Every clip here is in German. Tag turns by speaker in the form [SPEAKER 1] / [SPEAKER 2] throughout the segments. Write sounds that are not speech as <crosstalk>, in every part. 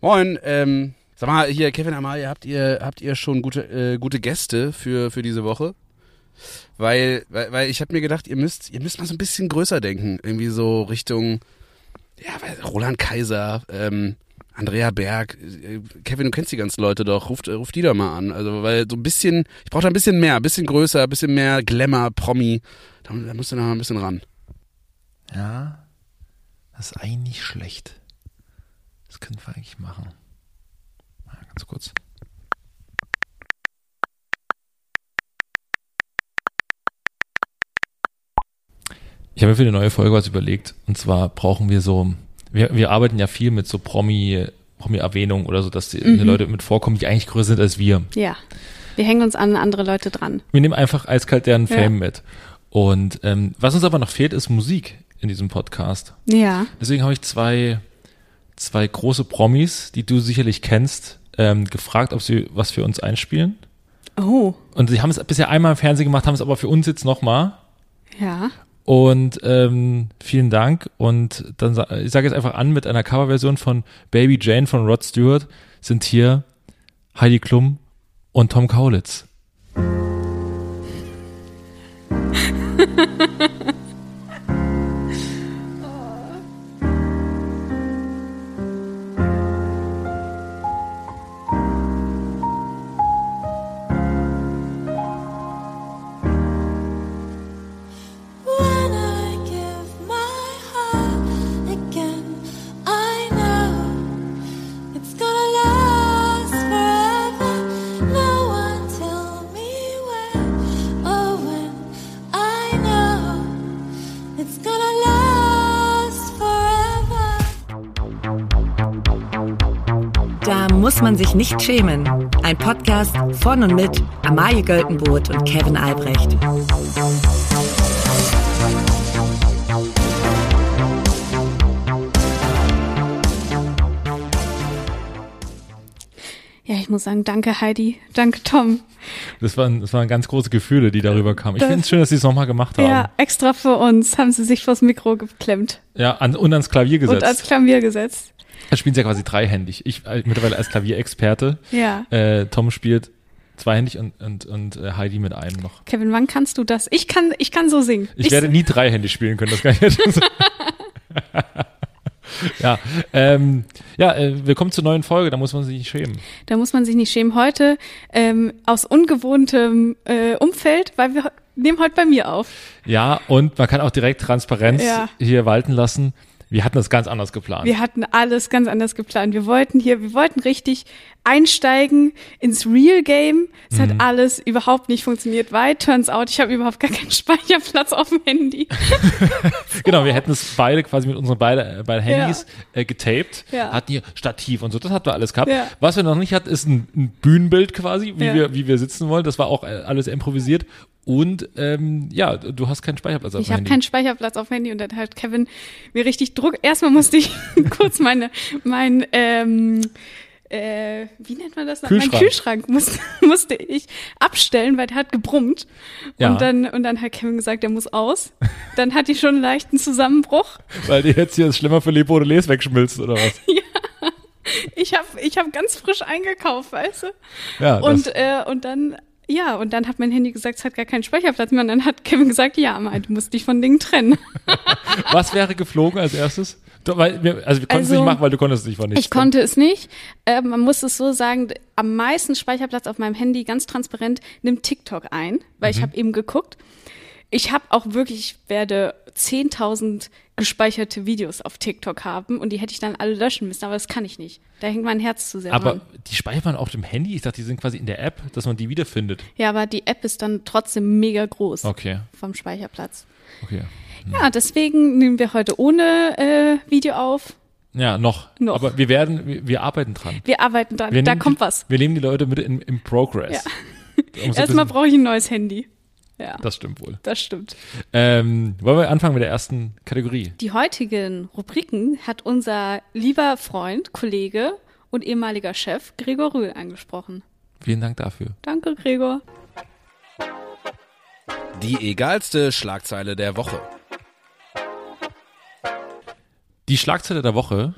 [SPEAKER 1] Moin, ähm, sag mal, hier, Kevin Amalia, habt ihr, habt ihr schon gute, äh, gute Gäste für, für diese Woche? Weil, weil, weil ich habe mir gedacht, ihr müsst, ihr müsst mal so ein bisschen größer denken. Irgendwie so Richtung, ja, weil Roland Kaiser, ähm, Andrea Berg, äh, Kevin, du kennst die ganzen Leute doch, ruft, äh, ruft die doch mal an. Also, weil so ein bisschen, ich brauche da ein bisschen mehr, ein bisschen größer, ein bisschen mehr Glamour, Promi. Da, da musst du noch mal ein bisschen ran.
[SPEAKER 2] Ja, das ist eigentlich nicht schlecht. Das könnten wir eigentlich machen. Mal ganz kurz.
[SPEAKER 3] Ich habe mir für die neue Folge was überlegt. Und zwar brauchen wir so, wir, wir arbeiten ja viel mit so Promi, Promi-Erwähnung oder so, dass die, die Leute mit vorkommen, die eigentlich größer sind als wir.
[SPEAKER 4] Ja. Wir hängen uns an andere Leute dran.
[SPEAKER 3] Wir nehmen einfach eiskalt deren
[SPEAKER 4] Ja.
[SPEAKER 3] Fame mit. Und ähm, was uns aber noch fehlt, ist Musik in diesem Podcast.
[SPEAKER 4] Ja.
[SPEAKER 3] Deswegen habe ich zwei, zwei große Promis, die du sicherlich kennst, ähm, gefragt, ob sie was für uns einspielen.
[SPEAKER 4] Oh,
[SPEAKER 3] Und sie haben es bisher einmal im Fernsehen gemacht, haben es aber für uns jetzt nochmal.
[SPEAKER 4] ja.
[SPEAKER 3] Und ähm, vielen Dank. Und dann sa- ich sage jetzt einfach an mit einer Coverversion von Baby Jane von Rod Stewart sind hier Heidi Klum und Tom Kaulitz.
[SPEAKER 5] When I give my heart again, I know it's gonna last forever. No one tell me when, oh when I know it's gonna last forever.
[SPEAKER 6] Da muss man sich nicht schämen. Ein Podcast von und mit Amalie Göltenboot und Kevin Albrecht.
[SPEAKER 4] Ja, ich muss sagen, danke Heidi, danke Tom.
[SPEAKER 3] Das waren, das waren ganz große Gefühle, die darüber kamen. Ich
[SPEAKER 4] Das-
[SPEAKER 3] finde es schön, dass sie es nochmal gemacht haben.
[SPEAKER 4] Ja, extra für uns haben sie sich vors Mikro geklemmt
[SPEAKER 3] Ja, an, und ans Klavier
[SPEAKER 4] und als
[SPEAKER 3] gesetzt.
[SPEAKER 4] Klavier gesetzt.
[SPEAKER 3] Da spielen sie ja quasi dreihändig. Ich äh, mittlerweile als Klavierexperte.
[SPEAKER 4] Ja.
[SPEAKER 3] Äh, Tom spielt zweihändig und, und, und äh, Heidi mit einem noch.
[SPEAKER 4] Kevin, wann kannst du das? Ich kann, ich kann so singen.
[SPEAKER 3] Ich, werde nie dreihändig spielen können, das kann ich jetzt schon sagen. ja, ähm, ja äh, willkommen zur neuen Folge, da muss man sich nicht schämen.
[SPEAKER 4] Da muss man sich nicht schämen. Heute ähm, aus ungewohntem äh, Umfeld, weil wir ho- nehmen heute bei mir auf.
[SPEAKER 3] Ja, und man kann auch direkt Transparenz
[SPEAKER 4] Ja.
[SPEAKER 3] hier walten lassen. Wir hatten das ganz anders geplant.
[SPEAKER 4] Wir hatten alles ganz anders geplant. Wir wollten hier, wir wollten richtig einsteigen ins Real Game. Es hat
[SPEAKER 3] Mhm.
[SPEAKER 4] alles überhaupt nicht funktioniert, weil turns out, ich habe überhaupt gar keinen <laughs> Speicherplatz auf dem Handy.
[SPEAKER 3] Genau, wir hätten es beide quasi mit unseren beide, äh, beiden
[SPEAKER 4] Ja.
[SPEAKER 3] Handys äh, getaped,
[SPEAKER 4] Ja.
[SPEAKER 3] hatten hier Stativ und so, das hatten wir alles gehabt.
[SPEAKER 4] Ja.
[SPEAKER 3] Was wir noch nicht hatten, ist ein, ein Bühnenbild quasi, wie,
[SPEAKER 4] Ja.
[SPEAKER 3] wir, wie wir sitzen wollen. Das war auch äh, alles improvisiert. Und ähm, ja, du hast keinen Speicherplatz auf
[SPEAKER 4] Ich
[SPEAKER 3] dem
[SPEAKER 4] habe
[SPEAKER 3] Handy.
[SPEAKER 4] keinen Speicherplatz auf dem Handy und dann hat Kevin mir richtig Druck. Erstmal musste ich <laughs> kurz meine, mein, ähm, äh, wie nennt man das? noch? Mein
[SPEAKER 3] Kühlschrank.
[SPEAKER 4] Kühlschrank musste, <laughs> musste ich abstellen, weil der hat gebrummt.
[SPEAKER 3] Ja.
[SPEAKER 4] Und dann, und dann hat Kevin gesagt, der muss aus. Dann hatte ich schon einen leichten Zusammenbruch.
[SPEAKER 3] Weil dir jetzt hier das Schlimmer für Lepo oder Les wegschmilzt oder was?
[SPEAKER 4] Ich habe ich hab ganz frisch eingekauft, weißt du?
[SPEAKER 3] Ja,
[SPEAKER 4] Und,
[SPEAKER 3] das,
[SPEAKER 4] äh, und dann, ja, und dann hat mein Handy gesagt, es hat gar keinen Speicherplatz mehr. Und dann hat Kevin gesagt, ja, Mai, du musst dich von
[SPEAKER 3] <laughs>
[SPEAKER 4] Dingen trennen.
[SPEAKER 3] <laughs> was wäre geflogen als erstes? Du, weil wir, also wir konnten es
[SPEAKER 4] Also,
[SPEAKER 3] nicht machen, weil du konntest es nicht von nichts.
[SPEAKER 4] Ich konnte es nicht. Äh, man muss es so sagen, d- am meisten Speicherplatz auf meinem Handy, ganz transparent, nimmt TikTok ein, weil
[SPEAKER 3] Mhm.
[SPEAKER 4] ich habe eben geguckt. Ich habe auch wirklich, ich werde 10.000 gespeicherte Videos auf TikTok haben und die hätte ich dann alle löschen müssen, aber das kann ich nicht. Da hängt mein Herz zu sehr
[SPEAKER 3] Aber
[SPEAKER 4] dran.
[SPEAKER 3] die speichert man auf dem Handy? Ich dachte, die sind quasi in der App, dass man die wiederfindet.
[SPEAKER 4] Ja, aber die App ist dann trotzdem mega groß
[SPEAKER 3] Okay,
[SPEAKER 4] vom Speicherplatz.
[SPEAKER 3] okay.
[SPEAKER 4] Ja, deswegen nehmen wir heute ohne äh, Video auf.
[SPEAKER 3] Ja, noch.
[SPEAKER 4] Noch.
[SPEAKER 3] Aber wir werden, wir, wir arbeiten dran.
[SPEAKER 4] Wir arbeiten dran,
[SPEAKER 3] Wir
[SPEAKER 4] da
[SPEAKER 3] nehmen
[SPEAKER 4] kommt
[SPEAKER 3] die,
[SPEAKER 4] was.
[SPEAKER 3] Wir nehmen die Leute mit in, im Progress. <laughs> Um so ein
[SPEAKER 4] Erstmal
[SPEAKER 3] bisschen-
[SPEAKER 4] brauche ich ein neues Handy. Ja,
[SPEAKER 3] das stimmt wohl.
[SPEAKER 4] das stimmt.
[SPEAKER 3] Ähm, wollen wir anfangen mit der ersten Kategorie?
[SPEAKER 4] Die heutigen Rubriken hat unser lieber Freund, Kollege und ehemaliger Chef Gregor Rühl angesprochen.
[SPEAKER 3] Vielen Dank dafür.
[SPEAKER 4] Danke, Gregor.
[SPEAKER 1] Die egalste Schlagzeile der Woche.
[SPEAKER 3] Die Schlagzeile der Woche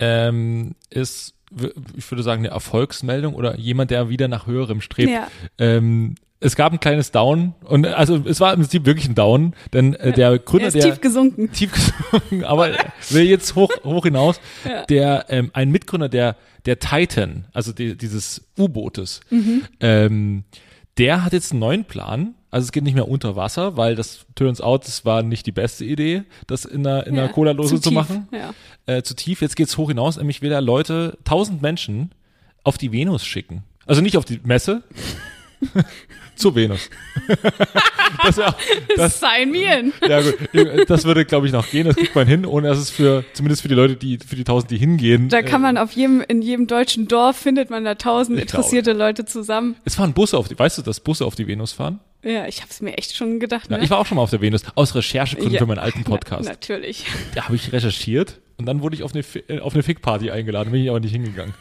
[SPEAKER 3] ähm, ist w- ich würde sagen, eine Erfolgsmeldung oder jemand, der wieder nach höherem strebt.
[SPEAKER 4] Ja.
[SPEAKER 3] Ähm, es gab ein kleines Down und also es war im Prinzip wirklich ein Down, denn äh, der Gründer
[SPEAKER 4] Er ist
[SPEAKER 3] der
[SPEAKER 4] tief gesunken.
[SPEAKER 3] tief gesunken, aber will jetzt hoch, hoch hinaus. Der, ähm, ein Mitgründer der, der Titan, also die, dieses U-Bootes, ähm, der hat jetzt einen neuen Plan. Also es geht nicht mehr unter Wasser, weil das turns out, das war nicht die beste Idee, das in einer, in einer
[SPEAKER 4] Ja,
[SPEAKER 3] Cola-Dose
[SPEAKER 4] zu
[SPEAKER 3] zu
[SPEAKER 4] tief,
[SPEAKER 3] machen.
[SPEAKER 4] ja.
[SPEAKER 3] Äh, zu tief. Jetzt geht's hoch hinaus, nämlich will er Leute, tausend Menschen auf die Venus schicken. Also nicht auf die
[SPEAKER 4] <laughs>
[SPEAKER 3] Messe, zur Venus. <laughs> das wär, das,
[SPEAKER 4] Sign me in.
[SPEAKER 3] ja gut, das würde glaube ich noch gehen, das kriegt man hin, ohne dass es für, zumindest für die Leute, die, für die tausend, die hingehen.
[SPEAKER 4] Da kann man auf jedem, in jedem deutschen Dorf findet man da tausend
[SPEAKER 3] Ich glaub-
[SPEAKER 4] interessierte Leute zusammen.
[SPEAKER 3] Es fahren Busse auf die, weißt du, dass Busse auf die Venus fahren?
[SPEAKER 4] Ja, ich hab's mir echt schon gedacht.
[SPEAKER 3] Ja,
[SPEAKER 4] Ne?
[SPEAKER 3] ich war auch schon mal auf der Venus, aus Recherchegründen
[SPEAKER 4] Ja.
[SPEAKER 3] für meinen
[SPEAKER 4] <laughs>
[SPEAKER 3] alten Podcast.
[SPEAKER 4] Natürlich.
[SPEAKER 3] Da habe ich recherchiert und dann wurde ich auf eine, Fi- äh, auf eine Fick-Party eingeladen, bin ich aber nicht hingegangen.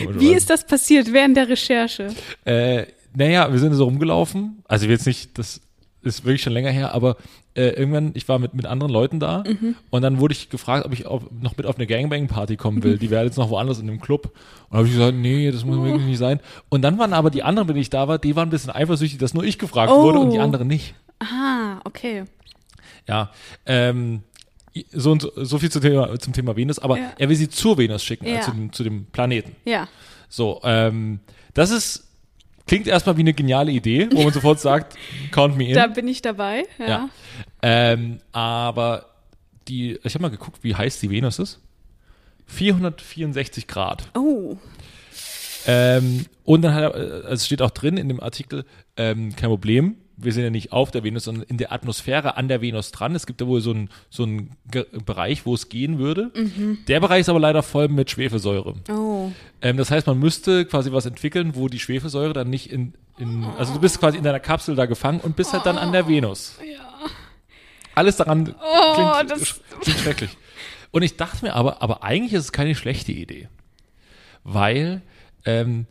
[SPEAKER 4] Wie ist das passiert während der Recherche?
[SPEAKER 3] Äh, naja, wir sind so rumgelaufen. Also jetzt nicht, das ist wirklich schon länger her, aber äh, irgendwann, ich war mit, mit anderen Leuten da
[SPEAKER 4] Mhm.
[SPEAKER 3] und dann wurde ich gefragt, ob ich auf, noch mit auf eine Gangbang-Party kommen will. Die wäre jetzt noch woanders in einem Club. Und habe ich gesagt, nee, das muss
[SPEAKER 4] Oh.
[SPEAKER 3] mir wirklich nicht sein. Und dann waren aber die anderen, mit denen ich da war, die waren ein bisschen eifersüchtig, dass nur ich gefragt
[SPEAKER 4] Oh.
[SPEAKER 3] wurde und die anderen nicht.
[SPEAKER 4] Ah, okay.
[SPEAKER 3] Ja. Ähm, so, und so, so viel zum Thema, zum Thema Venus, aber
[SPEAKER 4] Ja.
[SPEAKER 3] er will sie zur Venus schicken,
[SPEAKER 4] Ja.
[SPEAKER 3] also zu, dem, zu dem Planeten.
[SPEAKER 4] Ja.
[SPEAKER 3] So, ähm, das ist, klingt erstmal wie eine geniale Idee, wo man sofort sagt, count me in.
[SPEAKER 4] Da bin ich dabei. Ja.
[SPEAKER 3] ja. Ähm, aber die, ich habe mal geguckt, wie heiß die Venus ist. 464 Grad.
[SPEAKER 4] Oh,
[SPEAKER 3] Ähm, und dann hat er, äh, also es steht auch drin in dem Artikel, ähm, kein Problem, wir sind ja nicht auf der Venus, sondern in der Atmosphäre an der Venus dran. Es gibt da wohl so einen so einen Ge- Bereich, wo es gehen würde. Der Bereich ist aber leider voll mit Schwefelsäure.
[SPEAKER 4] oh.
[SPEAKER 3] Ähm, das heißt, man müsste quasi was entwickeln, wo die Schwefelsäure dann nicht in, in also du bist quasi in deiner Kapsel da gefangen und bist halt dann
[SPEAKER 4] Oh,
[SPEAKER 3] an der Venus. Ja. Alles daran klingt,
[SPEAKER 4] Oh, das-
[SPEAKER 3] klingt schrecklich. Und ich dachte mir aber, aber eigentlich ist es keine schlechte Idee, weil ähm,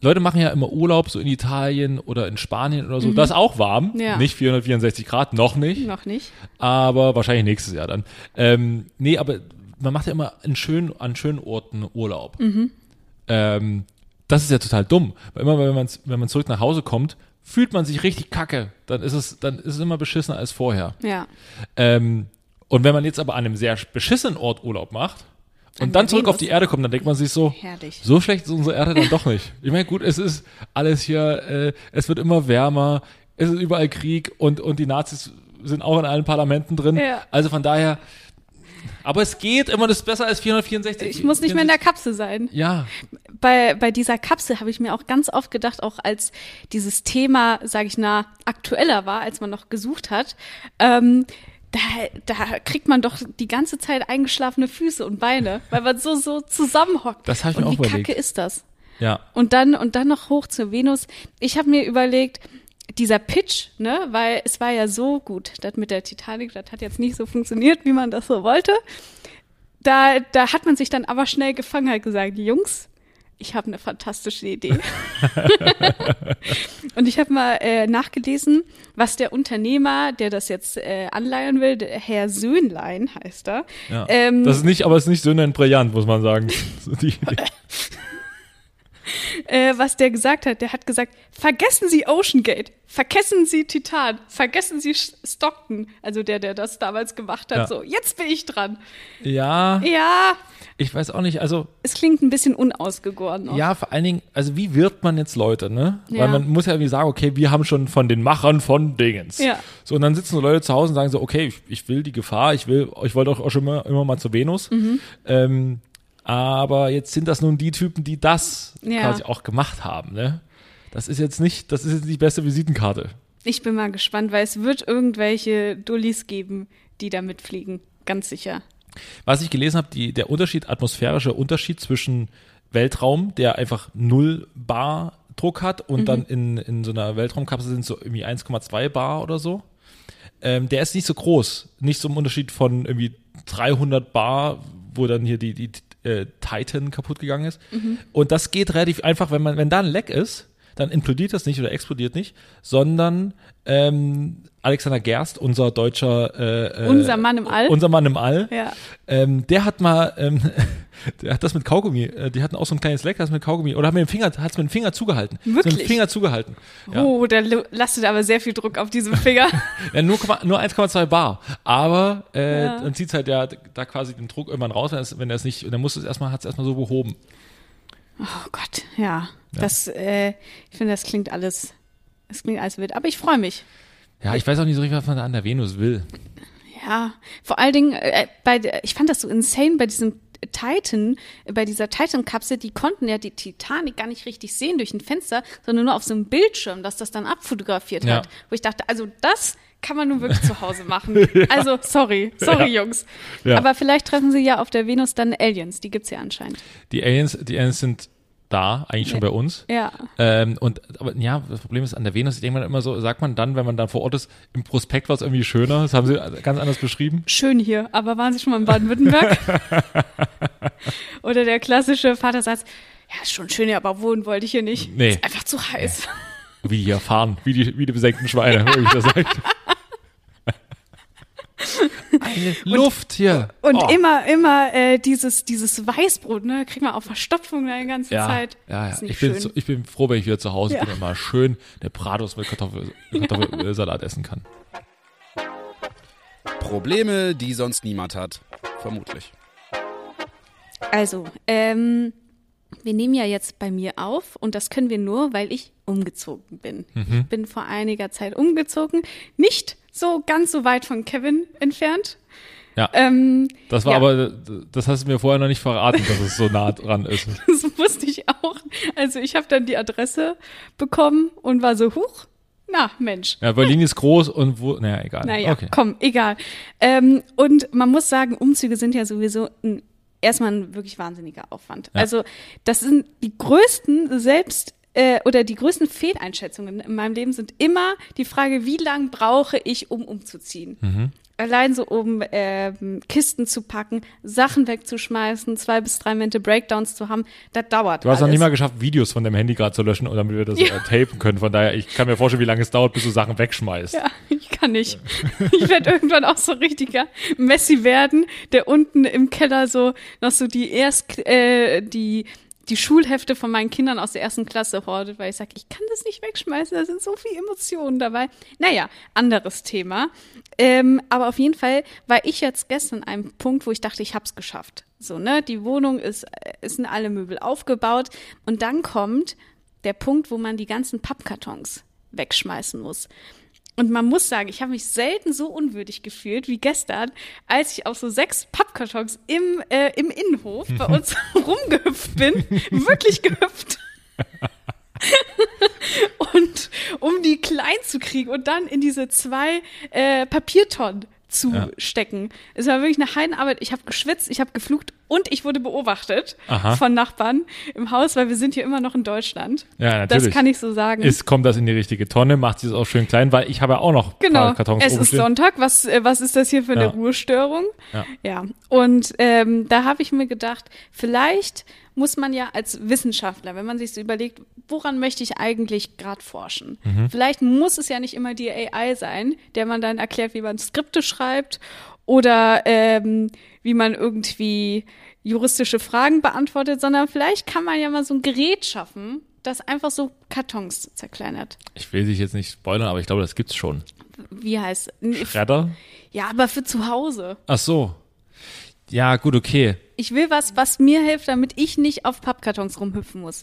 [SPEAKER 3] Leute machen ja immer Urlaub so in Italien oder in Spanien oder so. Das ist auch warm,
[SPEAKER 4] Mhm. Ja.
[SPEAKER 3] nicht 464 Grad, noch nicht
[SPEAKER 4] Noch nicht.
[SPEAKER 3] aber wahrscheinlich nächstes Jahr dann. Ähm, nee, aber man macht ja immer in schönen, an schönen Orten Urlaub. Ähm, das ist ja total dumm, weil immer wenn man wenn man zurück nach Hause kommt, fühlt man sich richtig kacke. Dann ist es dann ist es immer beschissener als vorher.
[SPEAKER 4] Ja.
[SPEAKER 3] Ähm, und wenn man jetzt aber an einem sehr beschissenen Ort Urlaub macht und
[SPEAKER 4] An
[SPEAKER 3] dann
[SPEAKER 4] der
[SPEAKER 3] zurück auf
[SPEAKER 4] Venus.
[SPEAKER 3] die Erde kommt, dann denkt man sich so,
[SPEAKER 4] Herrlich.
[SPEAKER 3] so schlecht ist unsere Erde dann doch nicht. Ich meine, gut, es ist alles hier, äh, es wird immer wärmer, es ist überall Krieg und, und die Nazis sind auch in allen Parlamenten drin.
[SPEAKER 4] Ja.
[SPEAKER 3] Also von daher, aber es geht immer, das ist besser als 464.
[SPEAKER 4] Ich muss nicht mehr in der Kapsel sein.
[SPEAKER 3] Ja,
[SPEAKER 4] Bei, bei dieser Kapsel habe ich mir auch ganz oft gedacht, auch als dieses Thema, sage ich mal, aktueller war, als man noch gesucht hat, ähm, da, da kriegt man doch die ganze Zeit eingeschlafene Füße und Beine, weil man so, so zusammenhockt.
[SPEAKER 3] Das habe ich mir
[SPEAKER 4] und
[SPEAKER 3] auch
[SPEAKER 4] wie
[SPEAKER 3] überlegt.
[SPEAKER 4] kacke ist das?
[SPEAKER 3] ja.
[SPEAKER 4] Und dann, und dann noch hoch zur Venus. Ich habe mir überlegt, dieser Pitch, ne, weil es war ja so gut, das mit der Titanic, das hat jetzt nicht so funktioniert, wie man das so wollte. Da, da hat man sich dann aber schnell gefangen, hat gesagt, Jungs, ich habe eine
[SPEAKER 3] <laughs>
[SPEAKER 4] fantastische Idee. und ich habe mal äh, nachgelesen, was der Unternehmer, der das jetzt äh, anleihen will, der Herr Söhnlein heißt er.
[SPEAKER 3] ja.
[SPEAKER 4] Ähm,
[SPEAKER 3] das ist nicht, aber es ist nicht so brillant, muss man
[SPEAKER 4] <laughs>
[SPEAKER 3] sagen. <laughs> So die Idee.
[SPEAKER 4] äh, was der gesagt hat. Der hat gesagt, vergessen Sie Ocean Gate, vergessen Sie Titan, vergessen Sie Sch- Stockton. Also der, der das damals gemacht hat,
[SPEAKER 3] Ja.
[SPEAKER 4] so, jetzt bin ich dran.
[SPEAKER 3] ja,
[SPEAKER 4] Ja,
[SPEAKER 3] ich weiß auch nicht, also
[SPEAKER 4] es klingt ein bisschen unausgegoren. auch.
[SPEAKER 3] Ja, vor allen Dingen, also wie wirbt man jetzt Leute, ne?
[SPEAKER 4] Ja.
[SPEAKER 3] Weil man muss ja irgendwie sagen, okay, wir haben schon von den Machern von Dingens.
[SPEAKER 4] Ja.
[SPEAKER 3] So, und dann sitzen so Leute zu Hause und sagen so, okay, ich, ich will die Gefahr, ich will, ich wollte auch schon immer, immer mal zu Venus.
[SPEAKER 4] Mhm.
[SPEAKER 3] Ähm, aber jetzt sind das nun die Typen, die das
[SPEAKER 4] Ja.
[SPEAKER 3] quasi auch gemacht haben, ne? Das ist jetzt nicht, das ist jetzt nicht die beste Visitenkarte.
[SPEAKER 4] Ich bin mal gespannt, weil es wird irgendwelche Dullis geben, die da mitfliegen. Ganz sicher.
[SPEAKER 3] Was ich gelesen habe, die, der Unterschied, atmosphärische Unterschied zwischen Weltraum, der einfach null Bar Druck hat und
[SPEAKER 4] Mhm.
[SPEAKER 3] dann in, in so einer Weltraumkapsel sind so irgendwie 1,2 Bar oder so. Ähm, der ist nicht so groß. Nicht so im Unterschied von irgendwie 300 Bar, wo dann hier die,
[SPEAKER 4] Mhm.
[SPEAKER 3] die äh, Titan kaputt gegangen ist. Und das geht relativ einfach, wenn man, wenn da ein Leck ist, dann implodiert das nicht oder explodiert nicht, sondern ähm, Alexander Gerst, unser deutscher äh, äh,
[SPEAKER 4] Unser Mann im All.
[SPEAKER 3] Unser Mann im All.
[SPEAKER 4] Ja.
[SPEAKER 3] Ähm, der hat mal, ähm, <laughs> der hat das mit Kaugummi, äh, die hatten auch so ein kleines Leck, das mit Kaugummi, oder hat mit dem Finger, hat's mit dem Finger zugehalten. So mit
[SPEAKER 4] Wirklich?
[SPEAKER 3] dem Finger zugehalten. Ja.
[SPEAKER 4] Oh, da lo- lastet aber sehr viel Druck auf diesem
[SPEAKER 3] <laughs>
[SPEAKER 4] Finger.
[SPEAKER 3] Ja, nur, Komma- nur 1,2 Bar. Aber äh,
[SPEAKER 4] Ja.
[SPEAKER 3] dann zieht halt ja da quasi den Druck irgendwann raus, wenn er es- wenn er es nicht, und dann muss es erstmal, hat es erstmal so behoben.
[SPEAKER 4] oh Gott, ja. Das, äh, ich finde, das klingt alles, das klingt alles wild. Aber ich freue mich.
[SPEAKER 3] Ja, ich weiß auch nicht so richtig, was man da an der Venus will.
[SPEAKER 4] Ja, vor allen Dingen, äh, bei der, ich fand das so insane bei diesem Titan, äh, bei dieser Titan-Kapsel, die konnten ja die Titanic gar nicht richtig sehen durch ein Fenster, sondern nur auf so einem Bildschirm, das das dann abfotografiert
[SPEAKER 3] Ja.
[SPEAKER 4] hat. Wo ich dachte, also das kann man nun wirklich zu
[SPEAKER 3] <laughs>
[SPEAKER 4] Hause machen. Also, sorry, sorry, Jungs.
[SPEAKER 3] Ja.
[SPEAKER 4] Aber vielleicht treffen sie ja auf der Venus dann Aliens, die gibt's ja anscheinend.
[SPEAKER 3] Die Aliens, die Aliens sind da, eigentlich schon bei uns.
[SPEAKER 4] Ja.
[SPEAKER 3] Ähm, und aber ja, das Problem ist an der Venus, ich denke mal immer so, sagt man dann, wenn man dann vor Ort ist, im Prospekt war es irgendwie schöner, das haben sie ganz anders beschrieben.
[SPEAKER 4] Schön hier, aber waren Sie schon mal
[SPEAKER 3] <laughs>
[SPEAKER 4] in Baden-Württemberg? Oder der klassische Vatersatz, ja, ist schon schön hier, aber wohnen wollte ich hier nicht.
[SPEAKER 3] Nee.
[SPEAKER 4] Ist einfach zu heiß.
[SPEAKER 3] Wie die hier fahren, wie die, wie die besenkten Schweine, würde ich das sagen. Eine Luft hier.
[SPEAKER 4] Und
[SPEAKER 3] Oh.
[SPEAKER 4] immer, immer äh, dieses, dieses Weißbrot, ne? Kriegt man auch Verstopfung da die ganze
[SPEAKER 3] ja,
[SPEAKER 4] Zeit.
[SPEAKER 3] Ja, ja.
[SPEAKER 4] Ist nicht
[SPEAKER 3] Ich, bin
[SPEAKER 4] schön.
[SPEAKER 3] so, ich bin froh, wenn ich wieder zu Hause
[SPEAKER 4] Ja.
[SPEAKER 3] bin und mal schön eine Bratwurst mit Kartoffel, Kartoffelsalat essen kann.
[SPEAKER 1] Probleme, die sonst niemand hat. Vermutlich.
[SPEAKER 4] Also, ähm, wir nehmen ja jetzt bei mir auf und das können wir nur, weil ich umgezogen bin.
[SPEAKER 3] Mhm.
[SPEAKER 4] Ich bin vor einiger Zeit umgezogen. Nicht so ganz so weit von Kevin entfernt.
[SPEAKER 3] Ja,
[SPEAKER 4] Ähm, <laughs>
[SPEAKER 3] das war
[SPEAKER 4] ja.
[SPEAKER 3] aber, das hast du mir vorher noch nicht verraten, dass es so nah dran ist.
[SPEAKER 4] das wusste ich auch. Also ich habe dann die Adresse bekommen und war so, huch, na Mensch,
[SPEAKER 3] Ja, Berlin ist groß und wo, naja, egal.
[SPEAKER 4] Naja,
[SPEAKER 3] okay.
[SPEAKER 4] komm, egal. Ähm, und man muss sagen, Umzüge sind ja sowieso ein, erstmal ein wirklich wahnsinniger Aufwand.
[SPEAKER 3] Ja.
[SPEAKER 4] Also das sind die größten selbst äh, oder die größten Fehleinschätzungen in meinem Leben sind immer die Frage, wie lang brauche ich, um umzuziehen?
[SPEAKER 3] Mhm.
[SPEAKER 4] Allein so, um ähm, Kisten zu packen, Sachen wegzuschmeißen, zwei bis drei Mente Breakdowns zu haben, das dauert.
[SPEAKER 3] Du hast noch
[SPEAKER 4] alles.
[SPEAKER 3] nicht mal geschafft, Videos von deinem Handy gerade zu löschen, damit wir das
[SPEAKER 4] Ja.
[SPEAKER 3] äh, tapen können. Von daher, ich kann mir vorstellen, wie lange es dauert, bis du Sachen wegschmeißt.
[SPEAKER 4] Ja, <laughs> ich kann nicht. Ich werde irgendwann auch so richtiger Messi werden, der unten im Keller so noch so die erst äh, die die Schulhefte von meinen Kindern aus der ersten Klasse hortet, weil ich sage, ich kann das nicht wegschmeißen, da sind so viele Emotionen dabei. Naja, anderes Thema. Ähm, aber auf jeden Fall war ich jetzt gestern an einem Punkt, wo ich dachte, ich hab's geschafft. So, ne? Die Wohnung ist, äh, es sind alle Möbel aufgebaut. Und dann kommt der Punkt, wo man die ganzen Pappkartons wegschmeißen muss. Und man muss sagen, ich habe mich selten so unwürdig gefühlt wie gestern, als ich auf so sechs Pappkartons im, äh, im Innenhof
[SPEAKER 3] <laughs>
[SPEAKER 4] bei uns <laughs> rumgehüpft bin. Wirklich gehüpft. <laughs> und um die klein zu kriegen und dann in diese zwei äh, Papiertonnen zu
[SPEAKER 3] Ja.
[SPEAKER 4] stecken. Es war wirklich eine Heidenarbeit. Ich habe geschwitzt, ich habe geflucht und ich wurde beobachtet
[SPEAKER 3] Aha.
[SPEAKER 4] von Nachbarn im Haus, weil wir sind hier immer noch in Deutschland.
[SPEAKER 3] Ja,
[SPEAKER 4] Das kann ich so sagen.
[SPEAKER 3] Ist, kommt das in die richtige Tonne, macht sie es auch schön klein, weil ich habe ja auch noch ein
[SPEAKER 4] Genau.
[SPEAKER 3] paar Kartons
[SPEAKER 4] es
[SPEAKER 3] oben
[SPEAKER 4] ist
[SPEAKER 3] stehen.
[SPEAKER 4] Sonntag. Was, äh, was ist das hier für eine
[SPEAKER 3] Ja.
[SPEAKER 4] Ruhestörung?
[SPEAKER 3] Ja.
[SPEAKER 4] Und ähm, da habe ich mir gedacht, vielleicht muss man ja als Wissenschaftler, wenn man sich so überlegt, woran möchte ich eigentlich gerade forschen?
[SPEAKER 3] Mhm.
[SPEAKER 4] Vielleicht muss es ja nicht immer die AI sein, der man dann erklärt, wie man Skripte schreibt oder ähm, wie man irgendwie juristische Fragen beantwortet, sondern vielleicht kann man ja mal so ein Gerät schaffen, das einfach so Kartons zerkleinert.
[SPEAKER 3] Ich will dich jetzt nicht spoilern, aber ich glaube, das gibt's schon.
[SPEAKER 4] Wie heißt
[SPEAKER 3] Redder?
[SPEAKER 4] ja, aber für zu Hause.
[SPEAKER 3] Ach so. Ja, gut, okay.
[SPEAKER 4] Ich will was, was mir hilft, damit ich nicht auf Pappkartons rumhüpfen muss.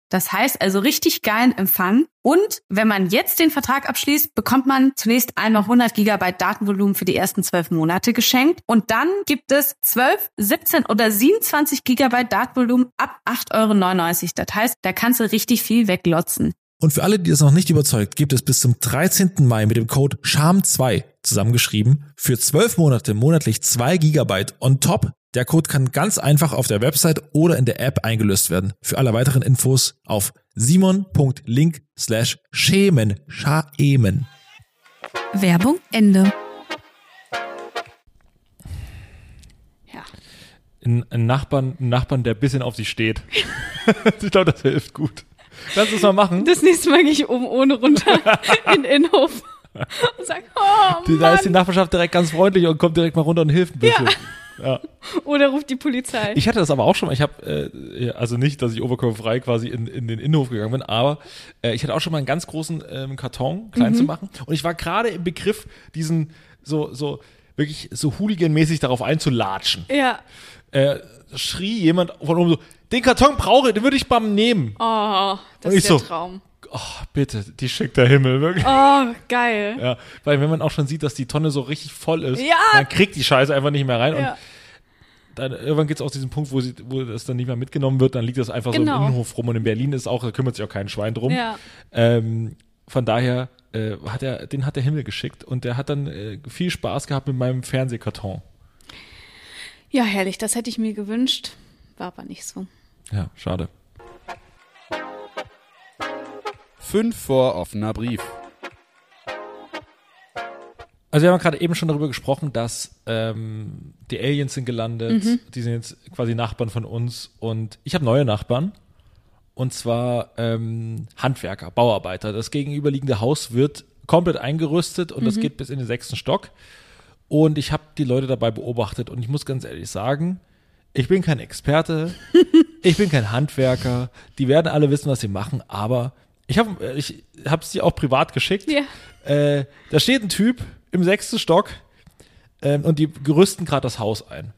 [SPEAKER 7] Das heißt also richtig geilen Empfang. Und wenn man jetzt den Vertrag abschließt, bekommt man zunächst einmal 100 Gigabyte Datenvolumen für die ersten zwölf Monate geschenkt. Und dann gibt es 12, 17 oder 27 Gigabyte Datenvolumen ab 8,99 Euro. Das heißt, da kannst du richtig viel weglotzen.
[SPEAKER 8] Und für alle, die das noch nicht überzeugt, gibt es bis zum 13. Mai mit dem Code SHAM2 zusammengeschrieben für 12 Monate monatlich 2 Gigabyte on top. Der Code kann ganz einfach auf der Website oder in der App eingelöst werden. Für alle weiteren Infos auf simon.link slash schämen. Schämen.
[SPEAKER 7] Werbung Ende.
[SPEAKER 4] Ja.
[SPEAKER 3] Ein, ein, Nachbarn, ein Nachbarn, der ein bisschen auf sie steht. <laughs> ich glaube, das hilft gut. Lass uns mal machen.
[SPEAKER 4] Das nächste Mal gehe ich oben ohne <laughs> runter in den Innenhof und sage, oh
[SPEAKER 3] Die, da ist die
[SPEAKER 4] Mann.
[SPEAKER 3] Nachbarschaft direkt ganz freundlich und kommt direkt mal runter und hilft ein bisschen. Ja.
[SPEAKER 4] Oder ruft die Polizei.
[SPEAKER 3] Ich hatte das aber auch schon mal. Ich habe, äh, also nicht, dass ich oberkörperfrei quasi in, in den Innenhof gegangen bin, aber äh, ich hatte auch schon mal einen ganz großen ähm, Karton klein zu machen. Und ich war gerade im Begriff, diesen so, so wirklich so hooliganmäßig darauf einzulatschen.
[SPEAKER 4] ja.
[SPEAKER 3] Äh, schrie jemand von oben so, den Karton brauche ich, den würde ich beim nehmen.
[SPEAKER 4] Oh, das
[SPEAKER 3] Und ich
[SPEAKER 4] ist der
[SPEAKER 3] so-
[SPEAKER 4] Traum.
[SPEAKER 3] Oh, bitte, die schickt der Himmel, wirklich.
[SPEAKER 4] Oh, geil.
[SPEAKER 3] Ja, weil wenn man auch schon sieht, dass die Tonne so richtig voll ist,
[SPEAKER 4] Ja.
[SPEAKER 3] dann kriegt die Scheiße einfach nicht mehr rein.
[SPEAKER 4] Ja.
[SPEAKER 3] Und dann irgendwann geht es auch diesen Punkt, wo, sie, wo das dann nicht mehr mitgenommen wird, dann liegt das einfach so im
[SPEAKER 4] Genau.
[SPEAKER 3] Innenhof rum. Und in Berlin ist auch, da kümmert sich auch kein Schwein drum.
[SPEAKER 4] Ja.
[SPEAKER 3] Ähm, von daher äh, hat er, den hat der Himmel geschickt und der hat dann äh, viel Spaß gehabt mit meinem Fernsehkarton.
[SPEAKER 4] ja, herrlich. Das hätte ich mir gewünscht. War aber nicht so.
[SPEAKER 3] Ja, schade.
[SPEAKER 1] Fünf vor offener Brief.
[SPEAKER 3] Also wir haben gerade eben schon darüber gesprochen, dass ähm, die Aliens sind gelandet, die sind jetzt quasi Nachbarn von uns und ich habe neue Nachbarn und zwar ähm, Handwerker, Bauarbeiter. Das gegenüberliegende Haus wird komplett eingerüstet und das geht bis in den sechsten Stock und ich habe die Leute dabei beobachtet und ich muss ganz ehrlich sagen, ich bin kein Experte, ich bin kein Handwerker, die werden alle wissen, was sie machen, aber ich habe ich habe sie auch privat geschickt.
[SPEAKER 4] Ja.
[SPEAKER 3] Äh, da steht ein Typ im sechsten Stock ähm, und die gerüsten gerade das Haus ein.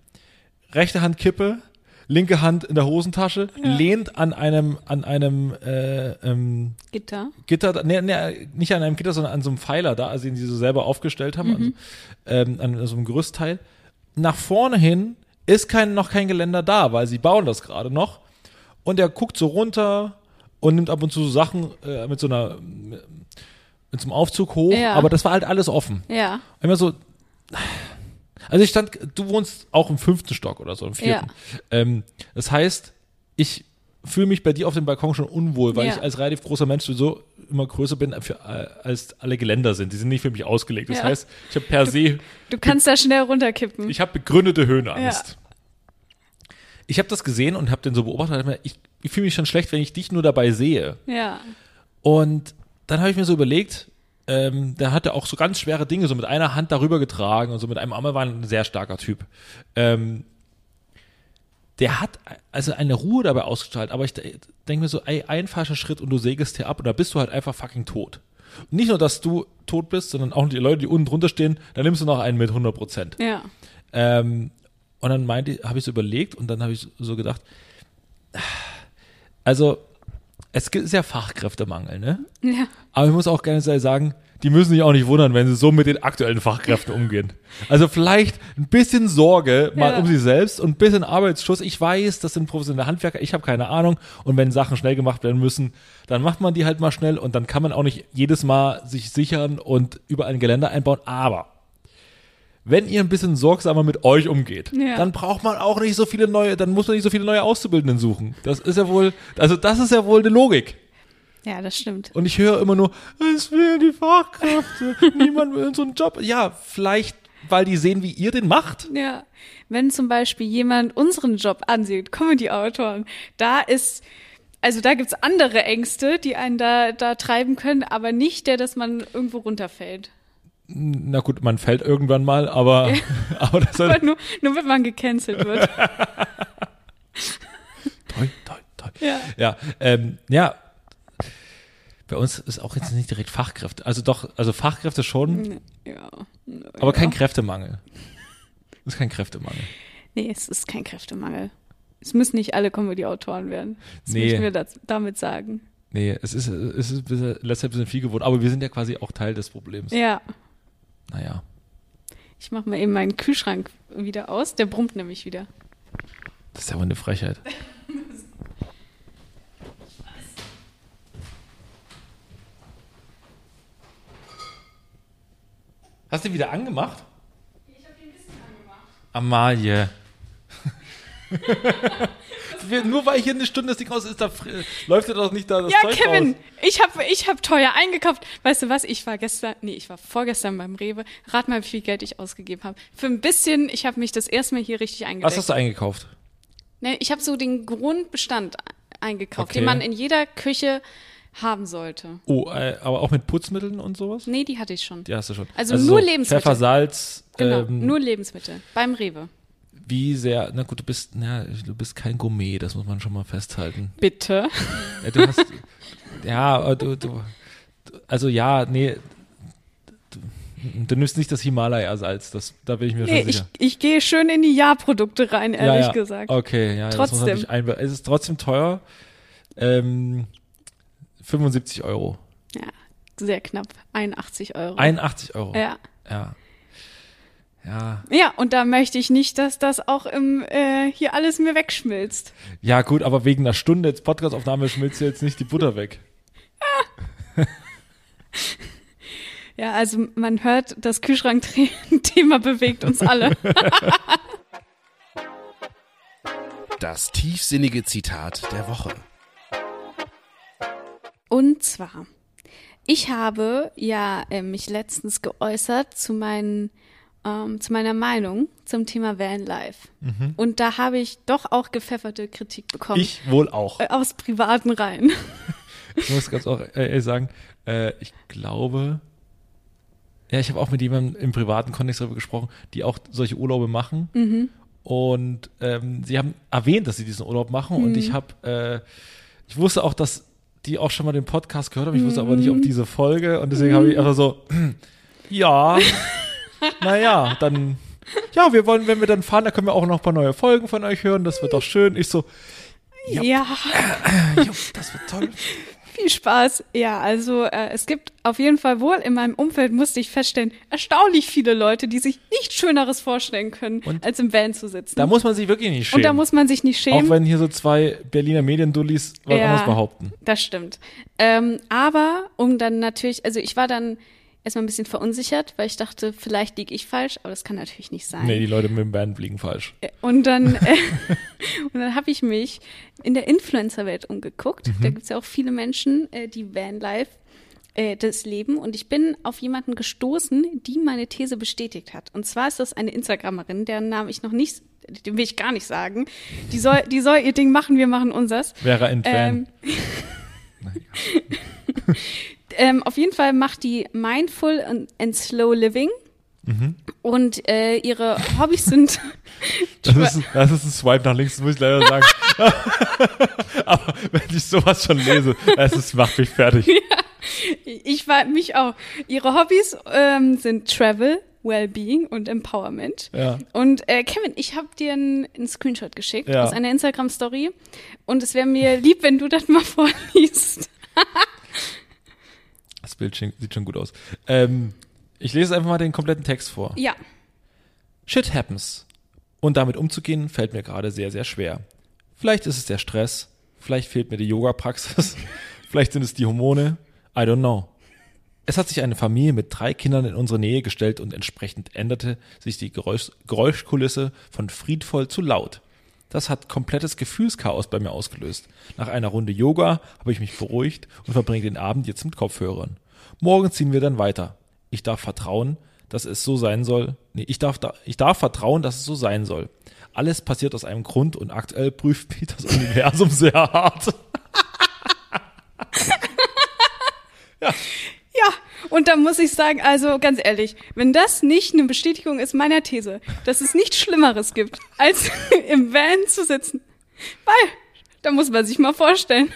[SPEAKER 3] Rechte Hand Kippe, linke Hand in der Hosentasche, lehnt an einem an einem äh, ähm,
[SPEAKER 4] Gitter.
[SPEAKER 3] Gitter, nee, nee, nicht an einem Gitter, sondern an so einem Pfeiler da, also den sie so selber aufgestellt haben, also, ähm, an so einem Gerüstteil. Nach vorne hin ist kein, noch kein Geländer da, weil sie bauen das gerade noch. Und er guckt so runter und nimmt ab und zu so Sachen äh, mit so einer mit so einem Aufzug hoch,
[SPEAKER 4] Ja.
[SPEAKER 3] aber das war halt alles offen.
[SPEAKER 4] Ja.
[SPEAKER 3] Immer so. Also ich stand, du wohnst auch im fünften Stock oder so, im vierten. Ähm, das heißt, ich fühle mich bei dir auf dem Balkon schon unwohl, weil
[SPEAKER 4] Ja.
[SPEAKER 3] ich als relativ großer Mensch sowieso immer größer bin, für, äh, als alle Geländer sind. Die sind nicht für mich ausgelegt. Das
[SPEAKER 4] Ja.
[SPEAKER 3] heißt, ich habe per se
[SPEAKER 4] Du kannst da schnell runterkippen.
[SPEAKER 3] ich habe begründete Höhenangst. Ich habe das gesehen und habe den so beobachtet. und hab mir- Ich, ich fühle mich schon schlecht, wenn ich dich nur dabei sehe.
[SPEAKER 4] ja.
[SPEAKER 3] Und dann habe ich mir so überlegt, ähm, der hatte auch so ganz schwere Dinge so mit einer Hand darüber getragen und so mit einem Arm. Er war ein sehr starker Typ. Ähm, der hat also eine Ruhe dabei ausgestrahlt, aber ich denke mir so, ey, ein falscher Schritt und du sägest hier ab und da bist du halt einfach fucking tot. Und nicht nur, dass du tot bist, sondern auch die Leute, die unten drunter stehen, da nimmst du noch einen mit 100 Prozent.
[SPEAKER 4] Ja.
[SPEAKER 3] Ähm, und dann meinte, habe ich so überlegt und dann habe ich so gedacht, also es gibt- ist ja Fachkräftemangel, ne?
[SPEAKER 4] Ja.
[SPEAKER 3] Aber ich muss auch gerne sagen, die müssen sich auch nicht wundern, wenn sie so mit den aktuellen Fachkräften umgehen. Also vielleicht ein bisschen Sorge mal
[SPEAKER 4] Ja.
[SPEAKER 3] um sie selbst und ein bisschen Arbeitsschutz. Ich weiß, das sind professionelle Handwerker, ich habe keine Ahnung. Und wenn Sachen schnell gemacht werden müssen, dann macht man die halt mal schnell und dann kann man auch nicht jedes Mal sich sichern und überall ein Geländer einbauen. Aber wenn ihr ein bisschen sorgsamer mit euch umgeht,
[SPEAKER 4] Ja.
[SPEAKER 3] dann braucht man auch nicht so viele neue, dann muss man nicht so viele neue Auszubildenden suchen. Das ist ja wohl, also das ist ja wohl eine Logik.
[SPEAKER 4] Ja, das stimmt.
[SPEAKER 3] Und ich höre immer nur, es fehlen die
[SPEAKER 4] <laughs>
[SPEAKER 3] Fachkräfte, niemand will so einen Job. Ja, vielleicht, weil die sehen, wie ihr den macht.
[SPEAKER 4] Ja, wenn zum Beispiel jemand unseren Job ansieht, Comedy-Autoren, da ist, also da gibt's andere Ängste, die einen da, da treiben können, aber nicht der, dass man irgendwo runterfällt.
[SPEAKER 3] Na gut, man fällt irgendwann mal, aber, <laughs> aber das
[SPEAKER 4] Aber <laughs>
[SPEAKER 3] hat,
[SPEAKER 4] nur, nur wenn man gecancelt wird.
[SPEAKER 3] toi, toi, toi.
[SPEAKER 4] Ja.
[SPEAKER 3] Ja, ähm, ja. Bei uns ist auch jetzt nicht direkt Fachkräfte. Also doch, also Fachkräfte schon,
[SPEAKER 4] Ja.
[SPEAKER 3] aber kein Kräftemangel. Das ist kein Kräftemangel.
[SPEAKER 4] Nee, es ist kein Kräftemangel. Es müssen nicht alle Comedy-Autoren werden. Das
[SPEAKER 3] Nee.
[SPEAKER 4] möchten wir das, damit sagen.
[SPEAKER 3] Nee, es ist, es ist bisher- letztes Jahr ein bisschen viel geworden, aber wir sind ja quasi auch Teil des Problems.
[SPEAKER 4] Ja.
[SPEAKER 3] Naja.
[SPEAKER 4] Ich mach mal eben meinen Kühlschrank wieder aus. Der brummt nämlich wieder.
[SPEAKER 3] Das ist ja wohl eine Frechheit. Hast du ihn wieder angemacht? Ich habe den ein bisschen angemacht. Amalie. <laughs> Wir- Nur weil hier eine Stunde das Ding raus ist, da fr- läuft er doch nicht da das
[SPEAKER 4] ja,
[SPEAKER 3] Zeug
[SPEAKER 4] Kevin,
[SPEAKER 3] raus.
[SPEAKER 4] ich habe ich hab teuer eingekauft. Weißt du was? Ich war gestern, nee, ich war vorgestern beim Rewe. Rat mal, wie viel Geld ich ausgegeben habe. Für ein bisschen, ich habe mich das erste Mal hier richtig
[SPEAKER 3] Was
[SPEAKER 4] eingedeckt.
[SPEAKER 3] hast du eingekauft?
[SPEAKER 4] Nee, ich habe so den Grundbestand eingekauft,
[SPEAKER 3] Okay.
[SPEAKER 4] den man in jeder Küche haben sollte.
[SPEAKER 3] Oh, äh, aber auch mit Putzmitteln und sowas?
[SPEAKER 4] Nee, die hatte ich schon.
[SPEAKER 3] Die hast du schon.
[SPEAKER 4] Also nur
[SPEAKER 3] so
[SPEAKER 4] Lebensmittel.
[SPEAKER 3] Pfeffer, Salz.
[SPEAKER 4] Genau,
[SPEAKER 3] ähm,
[SPEAKER 4] nur Lebensmittel beim Rewe.
[SPEAKER 3] wie sehr, na gut, du bist, na, du bist kein Gourmet, das muss man schon mal festhalten.
[SPEAKER 4] Bitte.
[SPEAKER 3] Ja, du hast, ja, aber du, du, also ja, nee, du, du nimmst nicht das Himalaya-Salz, das, da bin ich mir <laughs>
[SPEAKER 4] Nee,
[SPEAKER 3] schon
[SPEAKER 4] ich,
[SPEAKER 3] sicher.
[SPEAKER 4] ich gehe schön in die Ja-Produkte rein,
[SPEAKER 3] ja,
[SPEAKER 4] ehrlich
[SPEAKER 3] ja.
[SPEAKER 4] gesagt.
[SPEAKER 3] Okay, ja, das muss man
[SPEAKER 4] Trotzdem.
[SPEAKER 3] natürlich einbe- Es ist trotzdem teuer, ähm, 75 Euro,
[SPEAKER 4] Ja, sehr knapp. 81 Euro.
[SPEAKER 3] 81 Euro.
[SPEAKER 4] ja.
[SPEAKER 3] Ja. Ja,
[SPEAKER 4] ja, und da möchte ich nicht, dass das auch im, äh, hier alles mir wegschmilzt.
[SPEAKER 3] Ja, gut, aber wegen einer Stunde jetzt Podcastaufnahme schmilzt dir jetzt nicht die Butter weg.
[SPEAKER 4] Ja, also man hört, das Kühlschrank-Thema <laughs> bewegt
[SPEAKER 3] <laughs>
[SPEAKER 4] uns alle.
[SPEAKER 1] Das tiefsinnige Zitat der Woche.
[SPEAKER 4] Und zwar, ich habe ja äh, mich letztens geäußert zu, meinen, ähm, zu meiner Meinung zum Thema Vanlife. Und da habe ich doch auch gepfefferte Kritik bekommen.
[SPEAKER 3] Mhm. Ich wohl auch.
[SPEAKER 4] Äh, aus privaten Reihen.
[SPEAKER 3] <laughs> Ich muss ganz auch äh, ehrlich sagen, äh, ich glaube, ja, ich habe auch mit jemandem im privaten Kontext darüber gesprochen, die auch solche Urlaube machen.
[SPEAKER 4] Mhm.
[SPEAKER 3] Und ähm, sie haben erwähnt, dass sie diesen Urlaub machen. Und
[SPEAKER 4] Mhm.
[SPEAKER 3] ich habe, äh, ich wusste auch, dass die auch schon mal den Podcast gehört haben. Ich wusste aber nicht,
[SPEAKER 4] Mhm.
[SPEAKER 3] ob diese Folge. Und deswegen habe ich einfach so, <clears throat> ja, naja, dann, ja, wir wollen, wenn wir dann fahren, da können wir auch noch ein paar neue Folgen von euch hören. Das wird doch schön. Ich
[SPEAKER 4] <laughs>
[SPEAKER 3] so,
[SPEAKER 4] Ja,
[SPEAKER 3] jupp, das wird toll.
[SPEAKER 4] viel Spaß. Ja, also äh, es gibt auf jeden Fall wohl in meinem Umfeld, musste ich feststellen, erstaunlich viele Leute, die sich nichts Schöneres vorstellen können,
[SPEAKER 3] Und?
[SPEAKER 4] als im Van zu sitzen.
[SPEAKER 3] Da muss man sich wirklich nicht schämen.
[SPEAKER 4] Und da muss man sich nicht schämen.
[SPEAKER 3] Auch wenn hier so zwei Berliner Mediendullis was
[SPEAKER 4] Ja.
[SPEAKER 3] anderes behaupten.
[SPEAKER 4] Das stimmt. Ähm, aber um dann natürlich, also ich war dann erstmal ein bisschen verunsichert, weil ich dachte, vielleicht liege ich falsch, aber das kann natürlich nicht sein.
[SPEAKER 3] Nee, die Leute mit dem Band liegen falsch.
[SPEAKER 4] Und dann, äh, <laughs> und dann habe ich mich in der Influencer-Welt umgeguckt. Da gibt es ja auch viele Menschen, äh, die Vanlife, äh, das Leben. Und ich bin auf jemanden gestoßen, die meine These bestätigt hat. Und zwar ist das eine Instagramerin, deren Namen ich noch nicht, den will ich gar nicht sagen. Die soll, die soll ihr Ding machen, wir machen unsers.
[SPEAKER 3] Wäre ein
[SPEAKER 4] Ähm,
[SPEAKER 3] Fan. <laughs>
[SPEAKER 4] <laughs> ähm, auf jeden Fall macht die Mindful and, and Slow Living.
[SPEAKER 3] Mhm.
[SPEAKER 4] Und äh, ihre Hobbys sind
[SPEAKER 3] <laughs> Das ist, das ist ein Swipe nach links, das muss ich leider sagen. <laughs> Aber wenn ich sowas schon lese, es ist, macht mich fertig.
[SPEAKER 4] <laughs> <laughs> Ich war mich auch. Ihre Hobbys ähm, sind Travel, Wellbeing und Empowerment.
[SPEAKER 3] Ja.
[SPEAKER 4] Und äh, Kevin, ich habe dir einen, einen Screenshot geschickt
[SPEAKER 3] Ja.
[SPEAKER 4] aus einer Instagram Story und es wäre mir lieb, wenn du das mal <laughs> vorliest.
[SPEAKER 3] Das Bild schien- sieht schon gut aus. Ähm, ich lese einfach mal den kompletten Text vor.
[SPEAKER 4] Ja,
[SPEAKER 3] Shit happens. Und damit umzugehen, fällt mir gerade sehr, sehr schwer. Vielleicht ist es der Stress, vielleicht fehlt mir die Yoga-Praxis, <laughs> vielleicht sind es die Hormone, I don't know. Es hat sich eine Familie mit drei Kindern in unsere Nähe gestellt und entsprechend änderte sich die Geräusch Geräuschkulisse von friedvoll zu laut. Das hat komplettes Gefühlschaos bei mir ausgelöst. Nach einer Runde Yoga habe ich mich beruhigt und verbringe den Abend jetzt mit Kopfhörern. Morgen ziehen wir dann weiter. Ich darf vertrauen, dass es so sein soll. Nee, ich darf, da, ich darf vertrauen, dass es so sein soll. Alles passiert aus einem Grund und aktuell prüft mich das Universum sehr hart.
[SPEAKER 4] ja. Und da muss ich sagen, also ganz ehrlich, wenn das nicht eine Bestätigung ist meiner These, dass es nichts Schlimmeres gibt, als <laughs> im Van zu sitzen, weil da muss man sich mal vorstellen.